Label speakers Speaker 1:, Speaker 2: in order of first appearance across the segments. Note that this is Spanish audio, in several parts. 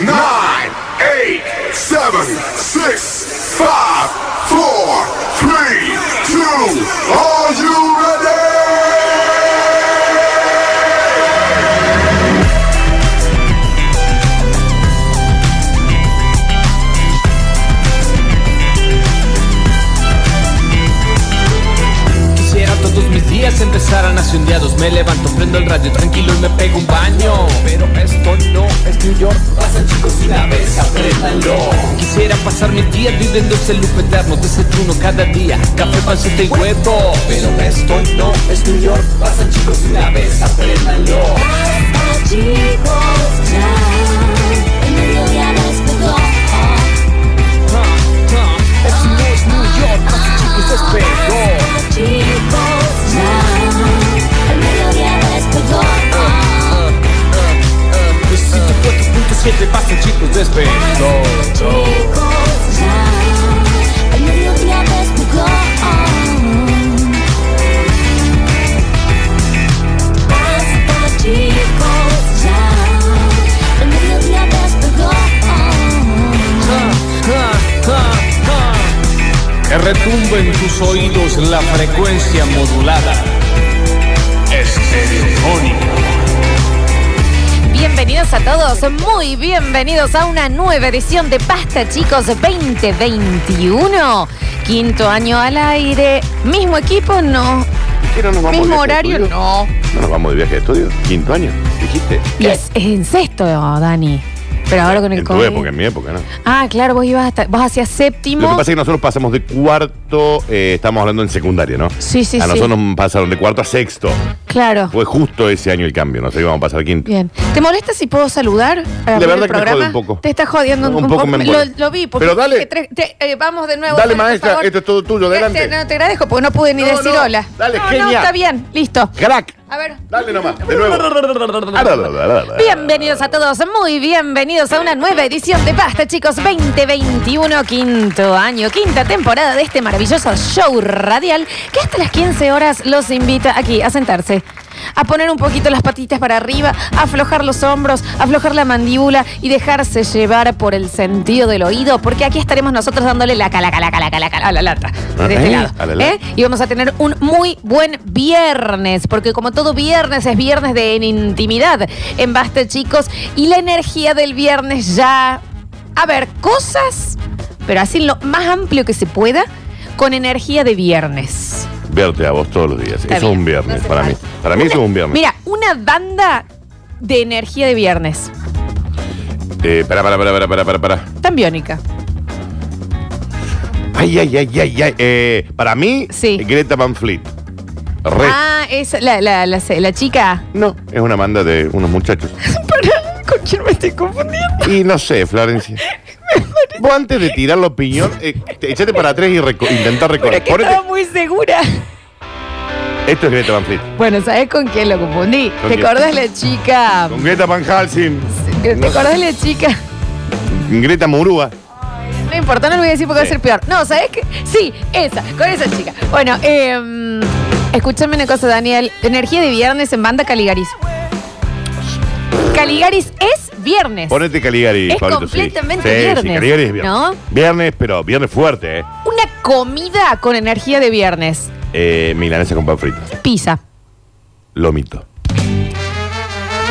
Speaker 1: nine, eight, seven, six, five, four, three, two. Are you ready?
Speaker 2: Quisiera todos mis días empezaran así un día dos Me levanto, prendo el radio tranquilo y me pego un baño Pero esto no es New York Pasa chicos una vez, apréndalo Quisiera pasar mis días viviendo ese loop eterno Desayuno cada día, café, panceta y huevo Pero esto no es New York Pasa chicos una vez, apréndalo
Speaker 3: Hasta chicos ya, el mediodía despertó.
Speaker 2: Esto no es New York, pasa chicos despegó
Speaker 3: Hasta chicos ya, el mediodía despertó.
Speaker 2: Necesito 4.7, pasa chicos despegó
Speaker 3: Chicos ya, el mediodía despertó. Hasta chicos ya, el mediodía despertó.
Speaker 2: Que retumbe en tus oídos la frecuencia modulada. Estereofónica.
Speaker 4: Bienvenidos a todos, muy bienvenidos a una nueva edición de Pasta Chicos 2021. Quinto año al aire, mismo equipo, no.
Speaker 5: ¿Qué no nos vamos
Speaker 4: mismo
Speaker 5: de viaje de
Speaker 4: horario,
Speaker 5: estudio?
Speaker 4: no.
Speaker 5: No nos vamos de viaje de estudio. Quinto año, dijiste.
Speaker 4: Y es, es en sexto, Dani. Pero ahora con el
Speaker 5: en tu
Speaker 4: COVID.
Speaker 5: época, en mi época, ¿no?
Speaker 4: Ah, claro, vos ibas hasta, vos hacías
Speaker 5: Lo que
Speaker 4: séptimo.
Speaker 5: pasa es que nosotros pasamos de cuarto, eh, estamos hablando en secundaria, ¿no?
Speaker 4: Sí, sí,
Speaker 5: A
Speaker 4: sí.
Speaker 5: nosotros nos pasaron de cuarto a sexto.
Speaker 4: Claro.
Speaker 5: Fue justo ese año el cambio, no sé, íbamos a pasar quinto.
Speaker 4: Bien. ¿Te molesta si puedo saludar? para
Speaker 5: La
Speaker 4: abrir el
Speaker 5: verdad que me
Speaker 4: programa?
Speaker 5: jode un poco.
Speaker 4: Te está jodiendo
Speaker 5: Un poco me
Speaker 4: lo,
Speaker 5: embola.
Speaker 4: lo vi. porque
Speaker 5: Pero dale.
Speaker 4: que tres- te- eh, vamos de nuevo.
Speaker 5: Dale,
Speaker 4: por
Speaker 5: maestra,
Speaker 4: favor.
Speaker 5: esto es todo tuyo,
Speaker 4: Te-
Speaker 5: adelante.
Speaker 4: te- no, te agradezco porque no pude ni
Speaker 5: No,
Speaker 4: decir
Speaker 5: no,
Speaker 4: hola.
Speaker 5: dale,
Speaker 4: no, no,
Speaker 5: genial.
Speaker 4: está bien, listo.
Speaker 5: ¡Crack!
Speaker 4: A ver.
Speaker 5: Dale nomás, de nuevo. Ah,
Speaker 4: Bienvenidos a todos, muy bienvenidos a una nueva edición de Pasta, chicos. 2021, quinto año, quinta temporada de este maravilloso show radial que hasta las 15 horas los invita aquí a sentarse, a poner un poquito las patitas para arriba, a aflojar los hombros, a aflojar la mandíbula y dejarse llevar por el sentido del oído, porque aquí estaremos nosotros dándole la cala, cala, cala, cala, cala, a la lata. De este
Speaker 5: ¿Eh?
Speaker 4: lado.
Speaker 5: A la lata.
Speaker 4: ¿eh? Y vamos a tener un muy buen viernes, porque como todo viernes es viernes de en intimidad en Basta, chicos. Y la energía del viernes ya. A ver, cosas, pero así lo más amplio que se pueda, con energía de viernes.
Speaker 5: Verte a vos todos los días.
Speaker 4: Está
Speaker 5: eso es
Speaker 4: bien,
Speaker 5: un viernes
Speaker 4: no hace
Speaker 5: para mí.
Speaker 4: falta.
Speaker 5: Para mí eso es un viernes.
Speaker 4: Mira, una banda de energía de viernes.
Speaker 5: Eh, pará, pará, pará, pará, pará, pará, pará.
Speaker 4: Tan biónica.
Speaker 5: Ay, ay, ay, ay, ay. Eh, para mí,
Speaker 4: Sí.
Speaker 5: Greta Van Fleet. Re.
Speaker 4: Ah, es la, la, la, la chica.
Speaker 5: No, es una banda de unos muchachos.
Speaker 4: Pará, ¿Con quién me estoy confundiendo?
Speaker 5: Y no sé, Florencia. Vos antes de tirar la opinión, eh, te- echate para atrás y reco- intentá
Speaker 4: Pero
Speaker 5: recordar.
Speaker 4: que
Speaker 5: Ponete-
Speaker 4: estaba muy segura.
Speaker 5: Esto es Greta Van Fleet.
Speaker 4: Bueno, ¿sabes con quién lo confundí?
Speaker 5: ¿Con
Speaker 4: ¿Te
Speaker 5: quién?
Speaker 4: acordás la chica?
Speaker 5: Con Greta Van Halsing.
Speaker 4: ¿Te
Speaker 5: No sé.
Speaker 4: acordás la chica?
Speaker 5: Greta Murúa.
Speaker 4: No importa, no lo voy a decir porque va a
Speaker 5: Sí.
Speaker 4: ser peor. No, ¿sabes qué? Sí, esa, con esa chica. Bueno, eh, escúchame una cosa, Daniel. Energía de viernes en banda Caligaris. Caligaris es viernes.
Speaker 5: Ponete Caligari,
Speaker 4: Es
Speaker 5: Pablito, sí.
Speaker 4: completamente
Speaker 5: sí, Sí,
Speaker 4: viernes,
Speaker 5: Caligari es viernes.
Speaker 4: ¿no?
Speaker 5: Viernes, pero viernes fuerte, ¿eh?
Speaker 4: Una comida con energía de viernes.
Speaker 5: eh milanesa con pan frito.
Speaker 4: Pizza.
Speaker 5: Lomito.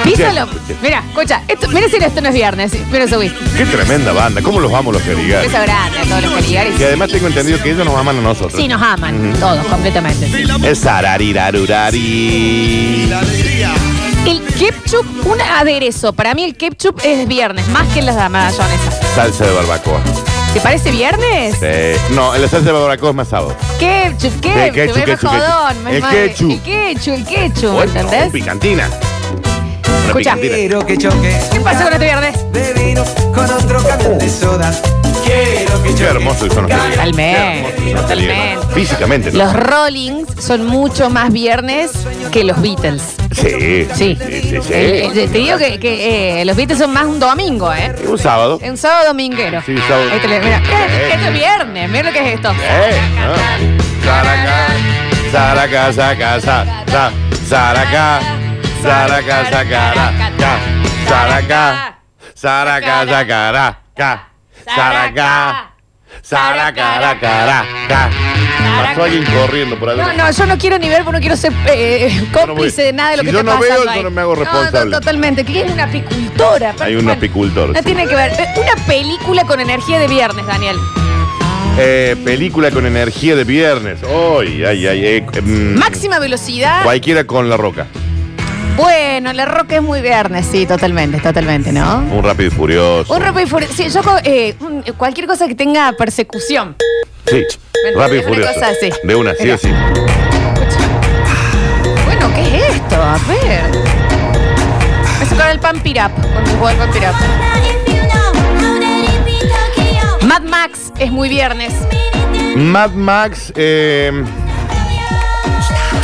Speaker 4: Pizza
Speaker 5: Bien,
Speaker 4: lo.
Speaker 5: bien.
Speaker 4: Mira, escucha, esto, mira si esto no es viernes, pero subí.
Speaker 5: Qué tremenda banda. ¿Cómo los vamos los Caligari?
Speaker 4: Beso grande a todos los Caligaris.
Speaker 5: Y además tengo entendido que ellos nos aman a nosotros.
Speaker 4: Sí, nos aman, todos, completamente.
Speaker 5: Es sararirarurari.
Speaker 4: El ketchup, un aderezo. Para mí el ketchup es viernes, más que en las damas mayonesas.
Speaker 5: Salsa de barbacoa.
Speaker 4: ¿Te parece viernes?
Speaker 5: Eh, no, la salsa de barbacoa es más sábado.
Speaker 4: Ketchup,
Speaker 5: Sí,
Speaker 4: ketchup,
Speaker 5: ketchup,
Speaker 4: me
Speaker 5: ketchup,
Speaker 4: jodón.
Speaker 5: ketchup. El
Speaker 4: me- me-
Speaker 5: ketchup.
Speaker 4: El ketchup, el ketchup,
Speaker 5: Bueno,
Speaker 4: ¿entendés?
Speaker 5: picantina. Una
Speaker 4: Escucha.
Speaker 5: picantina.
Speaker 6: Quiero que choque.
Speaker 4: ¿Qué pasó con este viernes?
Speaker 6: De vino con otro camión de soda. Quiero que
Speaker 5: Qué hermosos son los Caligari.
Speaker 4: Totalmente,
Speaker 5: Qué hermosos son los Caligari.
Speaker 4: totalmente.
Speaker 5: Físicamente, ¿no?
Speaker 4: Los Rollings son mucho más viernes que los Beatles.
Speaker 5: Sí,
Speaker 4: Sí.
Speaker 5: sí, sí, sí.
Speaker 4: Eh, eh, te digo que, que, eh, los Beatles son más un domingo, ¿eh?
Speaker 5: Un sábado.
Speaker 4: Un sábado dominguero.
Speaker 5: Sí, sábado.
Speaker 4: Ahí te le- mira,
Speaker 5: Eh.
Speaker 4: esto es viernes, mira lo que es esto.
Speaker 5: Eh, ¿no? Saracá, saracá, sacá, sa- sa- saracá, saracá, sacará, ya, saracá, Saraca, sacará, ca. Saraca. Saracara, cara, ca. Pasó alguien corriendo por ahí.
Speaker 4: No, no, yo no quiero ni ver, porque no quiero ser eh, cómplice de nada de lo
Speaker 5: Si
Speaker 4: que
Speaker 5: yo
Speaker 4: te
Speaker 5: no
Speaker 4: pasa,
Speaker 5: veo,
Speaker 4: Dwight.
Speaker 5: yo no me hago responsable.
Speaker 4: No, no, totalmente. Que es una apicultora.
Speaker 5: Hay
Speaker 4: Bueno,
Speaker 5: un apicultor,
Speaker 4: No
Speaker 5: sí.
Speaker 4: tiene que ver. Eh, Una película con energía de viernes, Daniel.
Speaker 5: Eh, película con energía de viernes. Ay, ay, ay. eh, mm,
Speaker 4: Máxima velocidad.
Speaker 5: Cualquiera con la roca.
Speaker 4: Bueno, la roca es muy viernes, sí, totalmente, totalmente, ¿no?
Speaker 5: Un rápido y furioso.
Speaker 4: Un ropa y furia- Sí, yo co- eh, un- cualquier cosa que tenga persecución.
Speaker 5: Sí.
Speaker 4: Bueno,
Speaker 5: Rápido y
Speaker 4: es una
Speaker 5: furioso.
Speaker 4: cosa así.
Speaker 5: De una, sí
Speaker 4: Mira.
Speaker 5: o sí.
Speaker 4: Bueno, ¿qué es esto? A ver. Me sacaron el pan pirap, cuando jugó el pan pirap. Mad Max es muy viernes.
Speaker 5: Mad Max. Eh,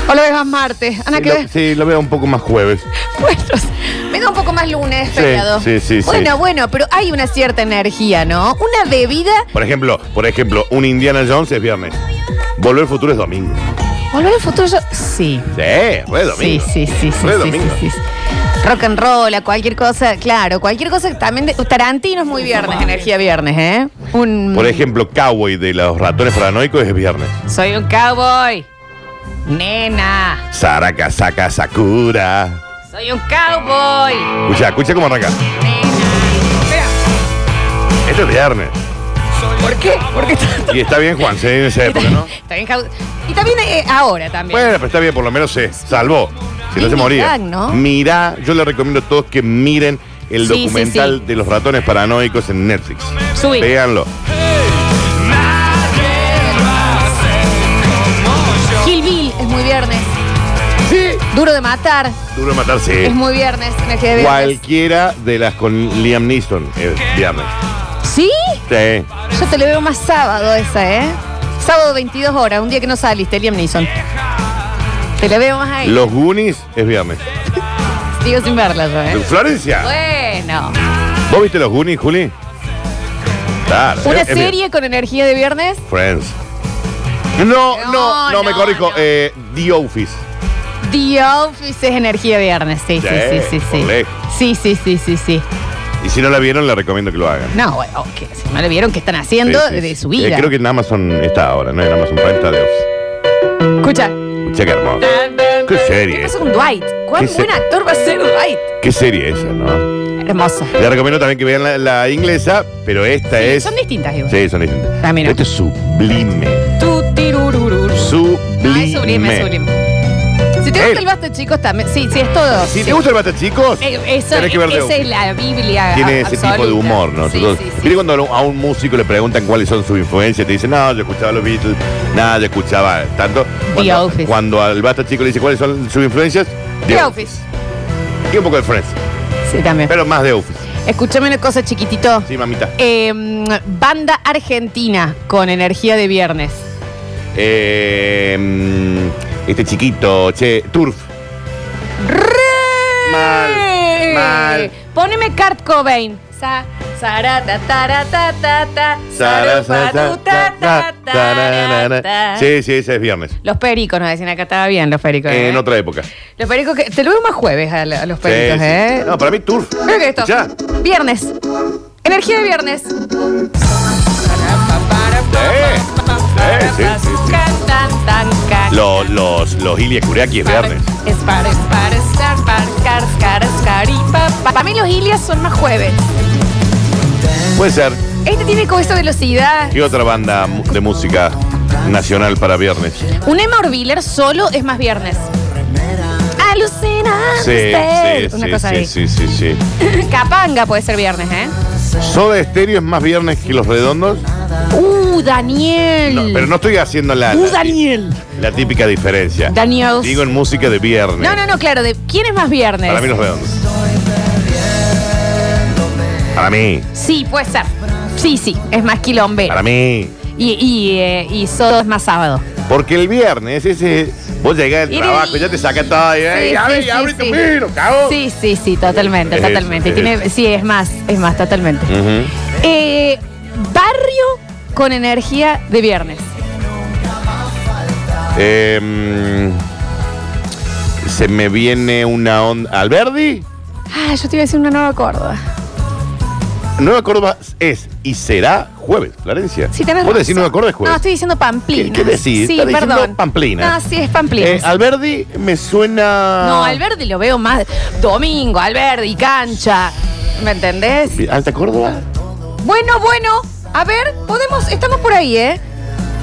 Speaker 4: O lo ves más martes. Ana,
Speaker 5: sí,
Speaker 4: ¿qué
Speaker 5: lo-
Speaker 4: ves?
Speaker 5: sí, lo veo un poco más jueves.
Speaker 4: Bueno, me da un poco más lunes,
Speaker 5: Sí,
Speaker 4: feriado.
Speaker 5: sí, sí, sí.
Speaker 4: Bueno, bueno, pero hay una cierta energía, ¿no? Una bebida.
Speaker 5: Por ejemplo, por ejemplo, un Indiana Jones es viernes. Volver al futuro es domingo.
Speaker 4: Volver al futuro. yo- Sí.
Speaker 5: Sí, re domingo.
Speaker 4: Sí, sí, sí, sí,
Speaker 5: Re
Speaker 4: sí,
Speaker 5: domingo.
Speaker 4: sí, sí, sí. Rock and roll, a cualquier cosa, claro, cualquier cosa también de- Tarantino es muy viernes, energía viernes, ¿eh? Un
Speaker 5: Por e- ejemplo, Cowboy de los ratones paranoicos es viernes.
Speaker 4: soy un cowboy. Nena,
Speaker 5: Saraka, saca, sakura.
Speaker 4: soy un cowboy.
Speaker 5: Escucha, escucha cómo arranca. Esto es viernes.
Speaker 4: ¿Por qué? Porque
Speaker 5: Y está bien, Juan, sí, en esa época, ¿no?
Speaker 4: está bien cow- Y también eh, ahora también.
Speaker 5: Bueno, pero está bien, por lo menos se salvó. Si no
Speaker 4: Y
Speaker 5: se moría.
Speaker 4: Mirag, ¿no?
Speaker 5: Mirá, yo les recomiendo a todos que miren el
Speaker 4: Sí, sí,
Speaker 5: documental
Speaker 4: sí.
Speaker 5: de los ratones paranoicos en Netflix.
Speaker 4: Subí.
Speaker 5: Véanlo.
Speaker 4: Kill Bill es muy viernes.
Speaker 5: Sí.
Speaker 4: Duro de matar
Speaker 5: Duro de matar, sí.
Speaker 4: es muy viernes. energía de viernes.
Speaker 5: Cualquiera de las con Liam Neeson es viernes.
Speaker 4: ¿Sí?
Speaker 5: Sí.
Speaker 4: Yo te lo veo más sábado esa, ¿eh? Sábado 22 horas, un día que no saliste, Liam Neeson. Te la veo más ahí.
Speaker 5: Los Goonies es viernes.
Speaker 4: Digo sin verla yo, ¿eh?
Speaker 5: Florencia,
Speaker 4: Bueno.
Speaker 5: ¿vos viste los Goonies, Juli? Claro.
Speaker 4: ¿Una
Speaker 5: es- es
Speaker 4: serie con energía de viernes?
Speaker 5: bien. Friends. No, no, no,
Speaker 4: No,
Speaker 5: me
Speaker 4: no,
Speaker 5: corrijo.
Speaker 4: no.
Speaker 5: Eh, The Office.
Speaker 4: The Office es energía de viernes, sí, sí, sí, sí.
Speaker 5: Sí, por
Speaker 4: Sí,
Speaker 5: lejos.
Speaker 4: sí, sí, sí, sí, sí.
Speaker 5: Y si no la vieron, le recomiendo que lo hagan.
Speaker 4: No, bueno, que si no le vieron qué están haciendo
Speaker 5: Sí, sí,
Speaker 4: de
Speaker 5: sí.
Speaker 4: su vida.
Speaker 5: Eh, creo que en Amazon está ahora, ¿no? En Amazon Prime está The Office.
Speaker 4: Escucha.
Speaker 5: Che, qué hermoso. Qué
Speaker 4: ¿Qué
Speaker 5: serie.
Speaker 4: pasa con Dwight? ¿Cuán
Speaker 5: ¿Qué se-
Speaker 4: buen actor va a ser Dwight?
Speaker 5: Qué serie esa, ¿no?
Speaker 4: Hermosa.
Speaker 5: Les recomiendo también que vean la, la inglesa, pero esta es.
Speaker 4: Son distintas, igual.
Speaker 5: Sí, son distintas.
Speaker 4: Ah, mira.
Speaker 5: Esto es sublime.
Speaker 4: Tu, tirururu.
Speaker 5: Sublime.
Speaker 4: Ay, Ah, sublime, sublime. Si te
Speaker 5: Él.
Speaker 4: gusta el basta, chicos, también. Sí, sí, es todo.
Speaker 5: Si
Speaker 4: Sí.
Speaker 5: te gusta el bata, chicos,
Speaker 4: Eh, eso-
Speaker 5: tenés que ver The
Speaker 4: esa
Speaker 5: Office.
Speaker 4: es la Biblia.
Speaker 5: Tiene ese
Speaker 4: absoluta.
Speaker 5: tipo de humor, ¿no?
Speaker 4: Sí,
Speaker 5: Nosotros-
Speaker 4: sí, sí.
Speaker 5: Viste cuando a un músico le preguntan cuáles son sus influencias, te dicen, no, yo escuchaba los Beatles, nada, yo escuchaba tanto. Cuando,
Speaker 4: Office.
Speaker 5: cuando al basta chico le dice cuáles son sus influencias,
Speaker 4: The
Speaker 5: Office.
Speaker 4: Office.
Speaker 5: Y un poco de Friends,
Speaker 4: Sí, también.
Speaker 5: pero más de Office.
Speaker 4: Escúchame una cosa, chiquitito.
Speaker 5: Sí, mamita.
Speaker 4: Eh, banda argentina con energía de viernes.
Speaker 5: Eh, mm, este chiquito, che, Turf. Mal, mal.
Speaker 4: Poneme Kurt Cobain. Sa, sara, ta, tara, ta, ta, ta,
Speaker 5: Sara,
Speaker 4: saru, pa,
Speaker 5: sa, sa, sa,
Speaker 4: tu, ta,
Speaker 5: sa,
Speaker 4: ta,
Speaker 5: sa,
Speaker 4: ta,
Speaker 5: na,
Speaker 4: ta.
Speaker 5: na. Sí, sí, ese es viernes.
Speaker 4: Los pericos nos decían acá, estaba bien los pericos. ¿eh?
Speaker 5: En otra época.
Speaker 4: Los pericos que. Te lo veo más jueves a, la- a los
Speaker 5: Sí,
Speaker 4: pericos,
Speaker 5: sí.
Speaker 4: ¿eh?
Speaker 5: No, para mí Turf.
Speaker 4: Creo que esto.
Speaker 5: Escuchá.
Speaker 4: Viernes. Energía de viernes.
Speaker 5: Eh, eh, sí, sí, sí.
Speaker 4: Can, tan, tan, can.
Speaker 5: Los, los, los Ilia Kuriaki es viernes.
Speaker 4: Es para, es para, es para, para, car, car, car, y pa, pa. Para mí los Ilias son más jueves.
Speaker 5: Puede ser.
Speaker 4: Este tiene como esta velocidad.
Speaker 5: ¿Qué otra banda mu- de música nacional para viernes?
Speaker 4: Un Emma Orviller solo es más viernes. Alucina.
Speaker 5: Sí, sí,
Speaker 4: Una
Speaker 5: sí,
Speaker 4: cosa
Speaker 5: sí,
Speaker 4: ahí.
Speaker 5: sí, sí, sí.
Speaker 4: Capanga puede ser viernes, ¿eh?
Speaker 5: ¿Soda Estéreo es más viernes que Los Redondos?
Speaker 4: Uh, Daniel.
Speaker 5: No, pero no estoy haciendo la,
Speaker 4: Uh,
Speaker 5: la-
Speaker 4: Daniel.
Speaker 5: la típica diferencia.
Speaker 4: Daniel.
Speaker 5: Digo en música de viernes.
Speaker 4: No, no, no, claro. De, ¿Quién es más viernes?
Speaker 5: Para mí los redondos. Para mí,
Speaker 4: Sí, puede ser. Sí, sí, es más quilombero.
Speaker 5: para mí.
Speaker 4: Y, y, eh, y solo es más sábado.
Speaker 5: Porque el viernes ese vos llegás al
Speaker 4: Y de-
Speaker 5: trabajo, ya te saca todo y "Ey,
Speaker 4: Sí,
Speaker 5: a
Speaker 4: sí,
Speaker 5: ver,
Speaker 4: sí,
Speaker 5: abre tu
Speaker 4: sí.
Speaker 5: miro, cabrón".
Speaker 4: Sí, sí, sí, totalmente,
Speaker 5: Es
Speaker 4: totalmente.
Speaker 5: eso, es Mm.
Speaker 4: Tiene, sí, es más, es más, totalmente.
Speaker 5: Ujú.
Speaker 4: Eh, barrio con energía de viernes.
Speaker 5: Eh, mm, se me viene una onda. ¿Alberdi?
Speaker 4: Ah, yo te iba a decir una nueva Córdoba.
Speaker 5: Nueva Córdoba es y será jueves, Florencia.
Speaker 4: Sí, tenés
Speaker 5: ¿Vos decís
Speaker 4: razón.
Speaker 5: Nueva Córdoba es jueves?
Speaker 4: No, estoy diciendo Pamplina.
Speaker 5: ¿Qué, qué decís?
Speaker 4: Sí,
Speaker 5: Estás diciendo
Speaker 4: perdón.
Speaker 5: Pamplina.
Speaker 4: No, sí, es Pamplina.
Speaker 5: Eh, Alberdi me suena...
Speaker 4: No, Alberdi lo veo más domingo, Alberdi, cancha. ¿Me entendés?
Speaker 5: ¿Alta Córdoba?
Speaker 4: Bueno, bueno. A ver, podemos, estamos por ahí, ¿eh?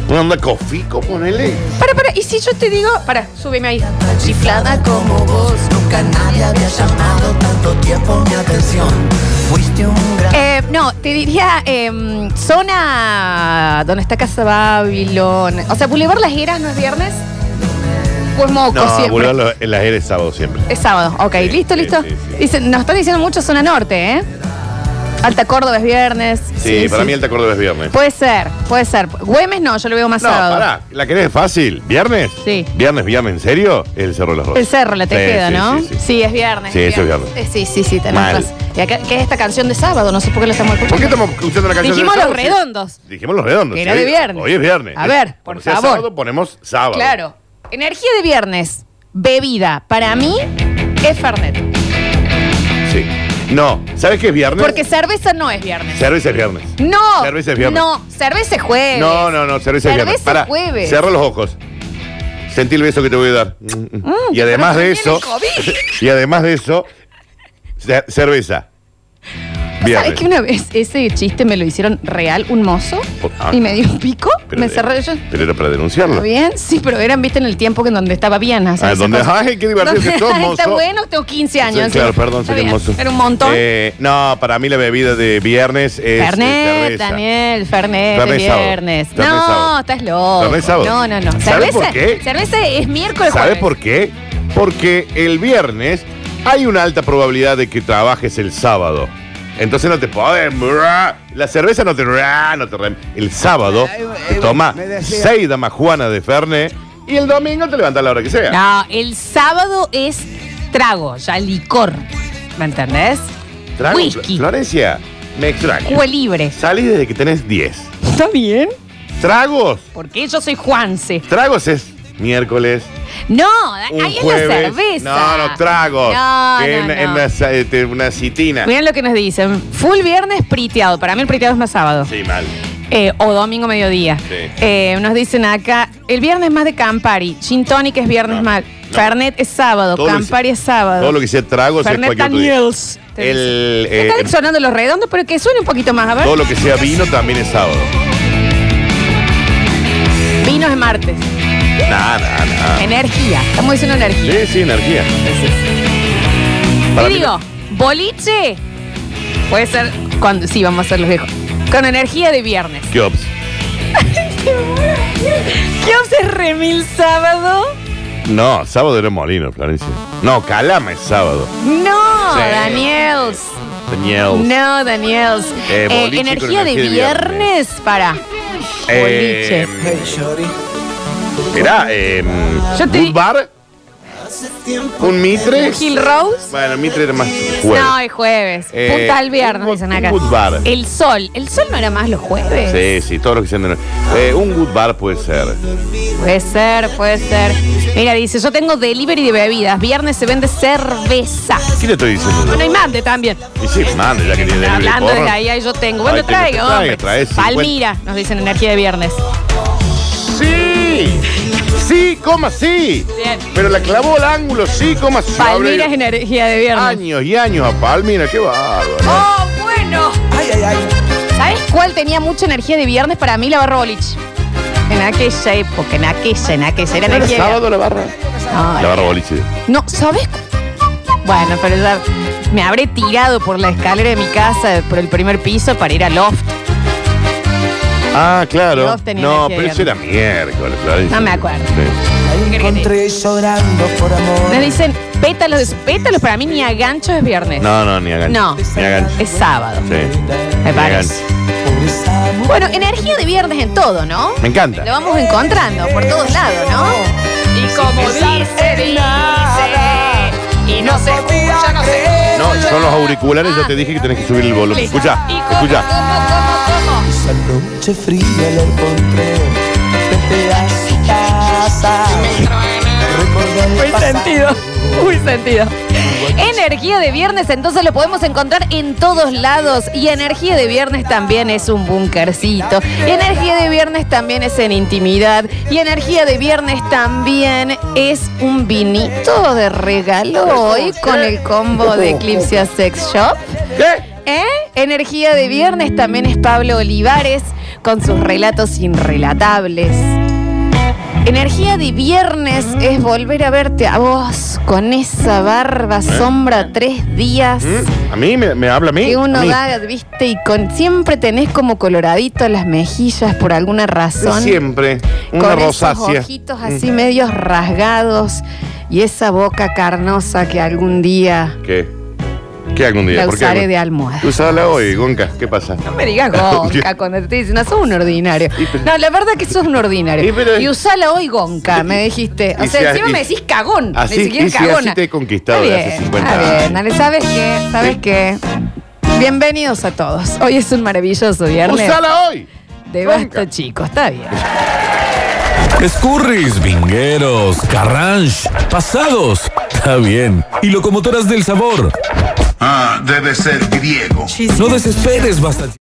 Speaker 5: ¿Una onda cofico, ponele?
Speaker 4: Para, para, y si yo te digo, para, súbeme ahí.
Speaker 7: Chiflada como vos, nunca nadie había llamado tanto tiempo mi atención. Fuiste un gran.
Speaker 4: Eh, no, te diría em, zona donde está Casa Babilón. O sea, Boulevard Las Heras no es viernes. Pues moco
Speaker 5: No,
Speaker 4: siempre.
Speaker 5: volver a la- las eres sábado siempre.
Speaker 4: Es sábado, ok,
Speaker 5: Sí,
Speaker 4: listo,
Speaker 5: sí,
Speaker 4: listo.
Speaker 5: sí, sí.
Speaker 4: Dicen, nos están diciendo mucho zona norte, ¿eh? Alta Córdoba es viernes.
Speaker 5: Sí, para mí Alta Córdoba es viernes.
Speaker 4: Puede ser, puede ser. Güemes no, yo lo veo más
Speaker 5: No,
Speaker 4: sábado.
Speaker 5: pará, ¿la querés fácil? ¿Viernes?
Speaker 4: Sí.
Speaker 5: ¿Viernes, viernes, en serio? El Cerro de las Rosas.
Speaker 4: El cerro, la te
Speaker 5: Sí,
Speaker 4: queda,
Speaker 5: sí,
Speaker 4: ¿no?
Speaker 5: Sí, sí.
Speaker 4: es viernes.
Speaker 5: Sí, eso es
Speaker 4: Eh, Sí, sí, sí, tenés
Speaker 5: Mal.
Speaker 4: razón. ¿Y acá, qué es esta canción de sábado? No sé por qué la estamos escuchando.
Speaker 5: ¿Por qué estamos escuchando la canción
Speaker 4: Dijimos
Speaker 5: del
Speaker 4: los
Speaker 5: sábado?
Speaker 4: redondos.
Speaker 5: Dijimos los redondos.
Speaker 4: Que
Speaker 5: sí.
Speaker 4: era de viernes.
Speaker 5: Hoy es viernes.
Speaker 4: A ver, por
Speaker 5: Cuando sea
Speaker 4: favor.
Speaker 5: sábado ponemos sábado.
Speaker 4: Claro. Energía de viernes. Bebida. Para mí es Fernet.
Speaker 5: Sí. No, ¿sabes qué es viernes?
Speaker 4: Porque cerveza no es viernes.
Speaker 5: Cerveza es viernes.
Speaker 4: No.
Speaker 5: Cerveza es viernes.
Speaker 4: No, cerveza es jueves.
Speaker 5: No, no, no, cerveza, es viernes.
Speaker 4: Cerveza
Speaker 5: Pará,
Speaker 4: jueves.
Speaker 5: Cierra los ojos. Sentí el beso que te voy a dar.
Speaker 4: Mm,
Speaker 5: y además de
Speaker 4: pero
Speaker 5: eso.
Speaker 4: también el
Speaker 5: y además de eso. ce- Cerveza.
Speaker 4: ¿Sabes que una vez ese chiste me lo hicieron real un mozo?
Speaker 5: Ah.
Speaker 4: Y me dio un pico,
Speaker 5: Pero-
Speaker 4: me cerré yo.
Speaker 5: Pero era para
Speaker 4: ¿Está
Speaker 5: denunciarlo.
Speaker 4: bien? Sí, pero eran, viste, en el tiempo que en donde estaba Viana.
Speaker 5: Ah,
Speaker 4: ¿sabes?
Speaker 5: donde,
Speaker 4: Esa cosa.
Speaker 5: ay, qué divertido
Speaker 4: Donde-
Speaker 5: que sos,
Speaker 4: Está
Speaker 5: mozo.
Speaker 4: bueno, tengo 15 años.
Speaker 5: Sí, claro, perdón,
Speaker 4: Está
Speaker 5: soy
Speaker 4: bien.
Speaker 5: hermoso.
Speaker 4: Era un montón.
Speaker 5: Eh, no, para mí la bebida de viernes es.
Speaker 4: Fernet,
Speaker 5: cerveza.
Speaker 4: Daniel, Fernet,
Speaker 5: Fernet
Speaker 4: de
Speaker 5: sábado.
Speaker 4: viernes.
Speaker 5: Fernet
Speaker 4: no,
Speaker 5: sábado.
Speaker 4: estás loco.
Speaker 5: Fernet sábado.
Speaker 4: No, no, no.
Speaker 5: ¿Sabes
Speaker 4: cerveza,
Speaker 5: por qué?
Speaker 4: Cerveza es miércoles
Speaker 5: ¿Sabes
Speaker 4: jueves.
Speaker 5: por qué? Porque el viernes hay una alta probabilidad de que trabajes el sábado. Entonces no te podés. La cerveza no te. No te rem- el sábado te toma seis damas juana de Fernet y el domingo te levantas a la hora que sea.
Speaker 4: No, el sábado es trago, ya licor. ¿Me entendés?
Speaker 5: Trago,
Speaker 4: whisky.
Speaker 5: Florencia, me extraña.
Speaker 4: Cuba libre.
Speaker 5: Salís desde que tenés 10.
Speaker 4: ¿Está bien?
Speaker 5: Tragos.
Speaker 4: Porque yo soy Juanse.
Speaker 5: Tragos es miércoles.
Speaker 4: No,
Speaker 5: un
Speaker 4: ahí es
Speaker 5: jueves.
Speaker 4: la cerveza.
Speaker 5: No, no, tragos.
Speaker 4: No,
Speaker 5: en,
Speaker 4: no,
Speaker 5: en
Speaker 4: no.
Speaker 5: una, sa- este, una citina.
Speaker 4: Miren lo que nos dicen. Full viernes priteado. Para mí el priteado es más sábado.
Speaker 5: Sí, mal.
Speaker 4: Eh, o domingo mediodía.
Speaker 5: Sí.
Speaker 4: Eh, nos dicen acá, el viernes más de Campari. Gin Tonic es viernes
Speaker 5: No,
Speaker 4: mal.
Speaker 5: no.
Speaker 4: Fernet es sábado.
Speaker 5: Todo lo que
Speaker 4: Campari
Speaker 5: sea-
Speaker 4: es sábado.
Speaker 5: Todo lo que sea tragos es
Speaker 4: Fernet
Speaker 5: cualquier otro día.
Speaker 4: Daniels. te dicen.
Speaker 5: El, eh,
Speaker 4: Están sonando los redondos, pero que suene un poquito más. A ver.
Speaker 5: todo lo que sea vino también es sábado.
Speaker 4: Vinos es martes.
Speaker 5: Nada, nada, nada.
Speaker 4: Energía. Estamos diciendo energía.
Speaker 5: Sí, Ah. sí, energía.
Speaker 4: Te
Speaker 5: Para mí-
Speaker 4: digo, boliche. Puede ser cuando. Sí, vamos a ser los viejos. Con energía de viernes.
Speaker 5: Jobs.
Speaker 4: ¿Qué haces remil sábado?
Speaker 5: No, sábado era molino, Florencia. No, Calama es sábado.
Speaker 4: No,
Speaker 5: Sí.
Speaker 4: Daniels.
Speaker 5: Daniels.
Speaker 4: No, Daniels. Eh,
Speaker 5: Eh, boliche con
Speaker 4: energía de
Speaker 5: energía de
Speaker 4: viernes,
Speaker 5: viernes.
Speaker 4: para.
Speaker 5: Eh, Mirá, eh,
Speaker 4: Yo te
Speaker 5: un
Speaker 4: di-
Speaker 5: bar, un Mitre.
Speaker 4: Hill Rose.
Speaker 5: Bueno, Mitre era más jueves.
Speaker 4: No, es jueves.
Speaker 5: Eh,
Speaker 4: Punta al viernes,
Speaker 5: un-
Speaker 4: dicen
Speaker 5: un
Speaker 4: acá.
Speaker 5: good bar.
Speaker 4: El sol. El sol no era más los jueves.
Speaker 5: Sí, sí, todo lo que sea. de- Eh, un good bar puede ser.
Speaker 4: Puede ser, puede ser. Mira, dice, yo tengo delivery de bebidas. Viernes se vende cerveza.
Speaker 5: ¿Qué le estoy diciendo?
Speaker 4: Bueno, y mande también.
Speaker 5: Y sí, mande, ya que tiene delivery
Speaker 4: Hablando
Speaker 5: porro.
Speaker 4: de ahí, ahí yo tengo. Bueno,
Speaker 5: Ahí te-
Speaker 4: traigo,
Speaker 5: traiga,
Speaker 4: hombre.
Speaker 5: trae 50.
Speaker 4: Palmira, nos dicen energía de viernes.
Speaker 5: Sí, sí, coma, sí.
Speaker 4: Bien.
Speaker 5: Pero la clavó al ángulo, sí, coma, sí.
Speaker 4: Palmira es
Speaker 5: Habré
Speaker 4: energía de viernes.
Speaker 5: Años y años a Palmira, qué bárbaro.
Speaker 4: ¡Oh, bueno!
Speaker 6: Ay, ay, ay.
Speaker 4: ¿Sabes cuál tenía mucha energía de viernes para mí? La barra boliche. En aquella época, en aquella, en aquella. Era
Speaker 5: ¿No era
Speaker 4: energía de
Speaker 5: sábado la barra?
Speaker 4: viernes.
Speaker 5: La
Speaker 4: No,
Speaker 5: barra boliche.
Speaker 4: no, ¿sabes? cu- Bueno, pero ya me habré tirado por la escalera de mi casa, por el primer piso, para ir al loft.
Speaker 5: Ah, claro.
Speaker 4: Dos tenía
Speaker 5: No,
Speaker 4: energía
Speaker 5: pero eso era miércoles, Florencia.
Speaker 4: No me acuerdo.
Speaker 5: Sí.
Speaker 6: Encontré llorando por amor.
Speaker 4: Me dicen pétalos, de su- pétalos para mí ni a gancho es viernes.
Speaker 5: No, no, ni hagan.
Speaker 4: No.
Speaker 5: Ni hagan.
Speaker 4: Es sábado.
Speaker 5: Sí.
Speaker 4: Me
Speaker 5: ni
Speaker 4: parece.
Speaker 5: hagan.
Speaker 4: Bueno, energía de viernes en todo, ¿no?
Speaker 5: Me
Speaker 4: Lo
Speaker 5: encanta.
Speaker 4: vamos encontrando por todos lados, ¿no? Y como dice, dice, y no se escucha, no se
Speaker 5: No, son los auriculares, ya te dije que tenés que subir el volumen.
Speaker 4: Listo.
Speaker 5: Escucha,
Speaker 4: ¿Y cómo,
Speaker 5: escucha.
Speaker 4: cómo, cómo, cómo?
Speaker 6: Esa noche fría la encontré frente a su casa. Recordé el
Speaker 4: Muy sentido. Muy sentido. Energía de viernes, entonces lo podemos encontrar en todos lados. Y energía de viernes también es un bunkercito. Y energía de viernes también es en intimidad. Y energía de viernes también es un vinito de regalo hoy con el combo de Eclipse Sex Shop. ¿Eh? Energía de viernes también es Pablo Olivares con sus relatos inrelatables. Energía de viernes es volver a verte a vos con esa barba sombra tres días
Speaker 5: ¿Mm? ¿A mí? ¿Me, me habla a mí?
Speaker 4: que
Speaker 5: A
Speaker 4: uno
Speaker 5: mí.
Speaker 4: da, viste, y con siempre tenés como coloradito las mejillas por alguna razón.
Speaker 5: Siempre. Una
Speaker 4: con
Speaker 5: rosácea. Mm.
Speaker 4: esos ojitos así medios rasgados y esa boca carnosa que algún día
Speaker 5: ¿Qué? ¿Qué algún día?
Speaker 4: la
Speaker 5: ¿Por qué
Speaker 4: usaré
Speaker 5: algún-
Speaker 4: de almohada.
Speaker 5: Tú usala hoy, Gonca. ¿Qué pasa?
Speaker 4: No me digas gonca cuando te estoy diciendo, sos un ordinario. No, la verdad que sos un ordinario.
Speaker 5: Y pero-
Speaker 4: Y usala hoy gonca, me dijiste. O
Speaker 5: Y
Speaker 4: sea,
Speaker 5: si a-
Speaker 4: encima
Speaker 5: y-
Speaker 4: me decís cagón,
Speaker 5: Así-
Speaker 4: ni siquiera
Speaker 5: y si así
Speaker 4: cagona.
Speaker 5: te he conquistado
Speaker 4: Está
Speaker 5: de hace
Speaker 4: bien,
Speaker 5: 50
Speaker 4: está
Speaker 5: años.
Speaker 4: bien, dale, ¿sabes qué? ¿Sabes
Speaker 5: Sí.
Speaker 4: qué? Bienvenidos a todos. Hoy es un maravilloso viernes.
Speaker 5: ¡Usala hoy!
Speaker 4: de basta, chicos, está bien.
Speaker 8: Escurris, vingueros, carranche, pasados. Está bien. Y locomotoras del sabor.
Speaker 1: Ah, debe ser griego.
Speaker 8: No desesperes, basta.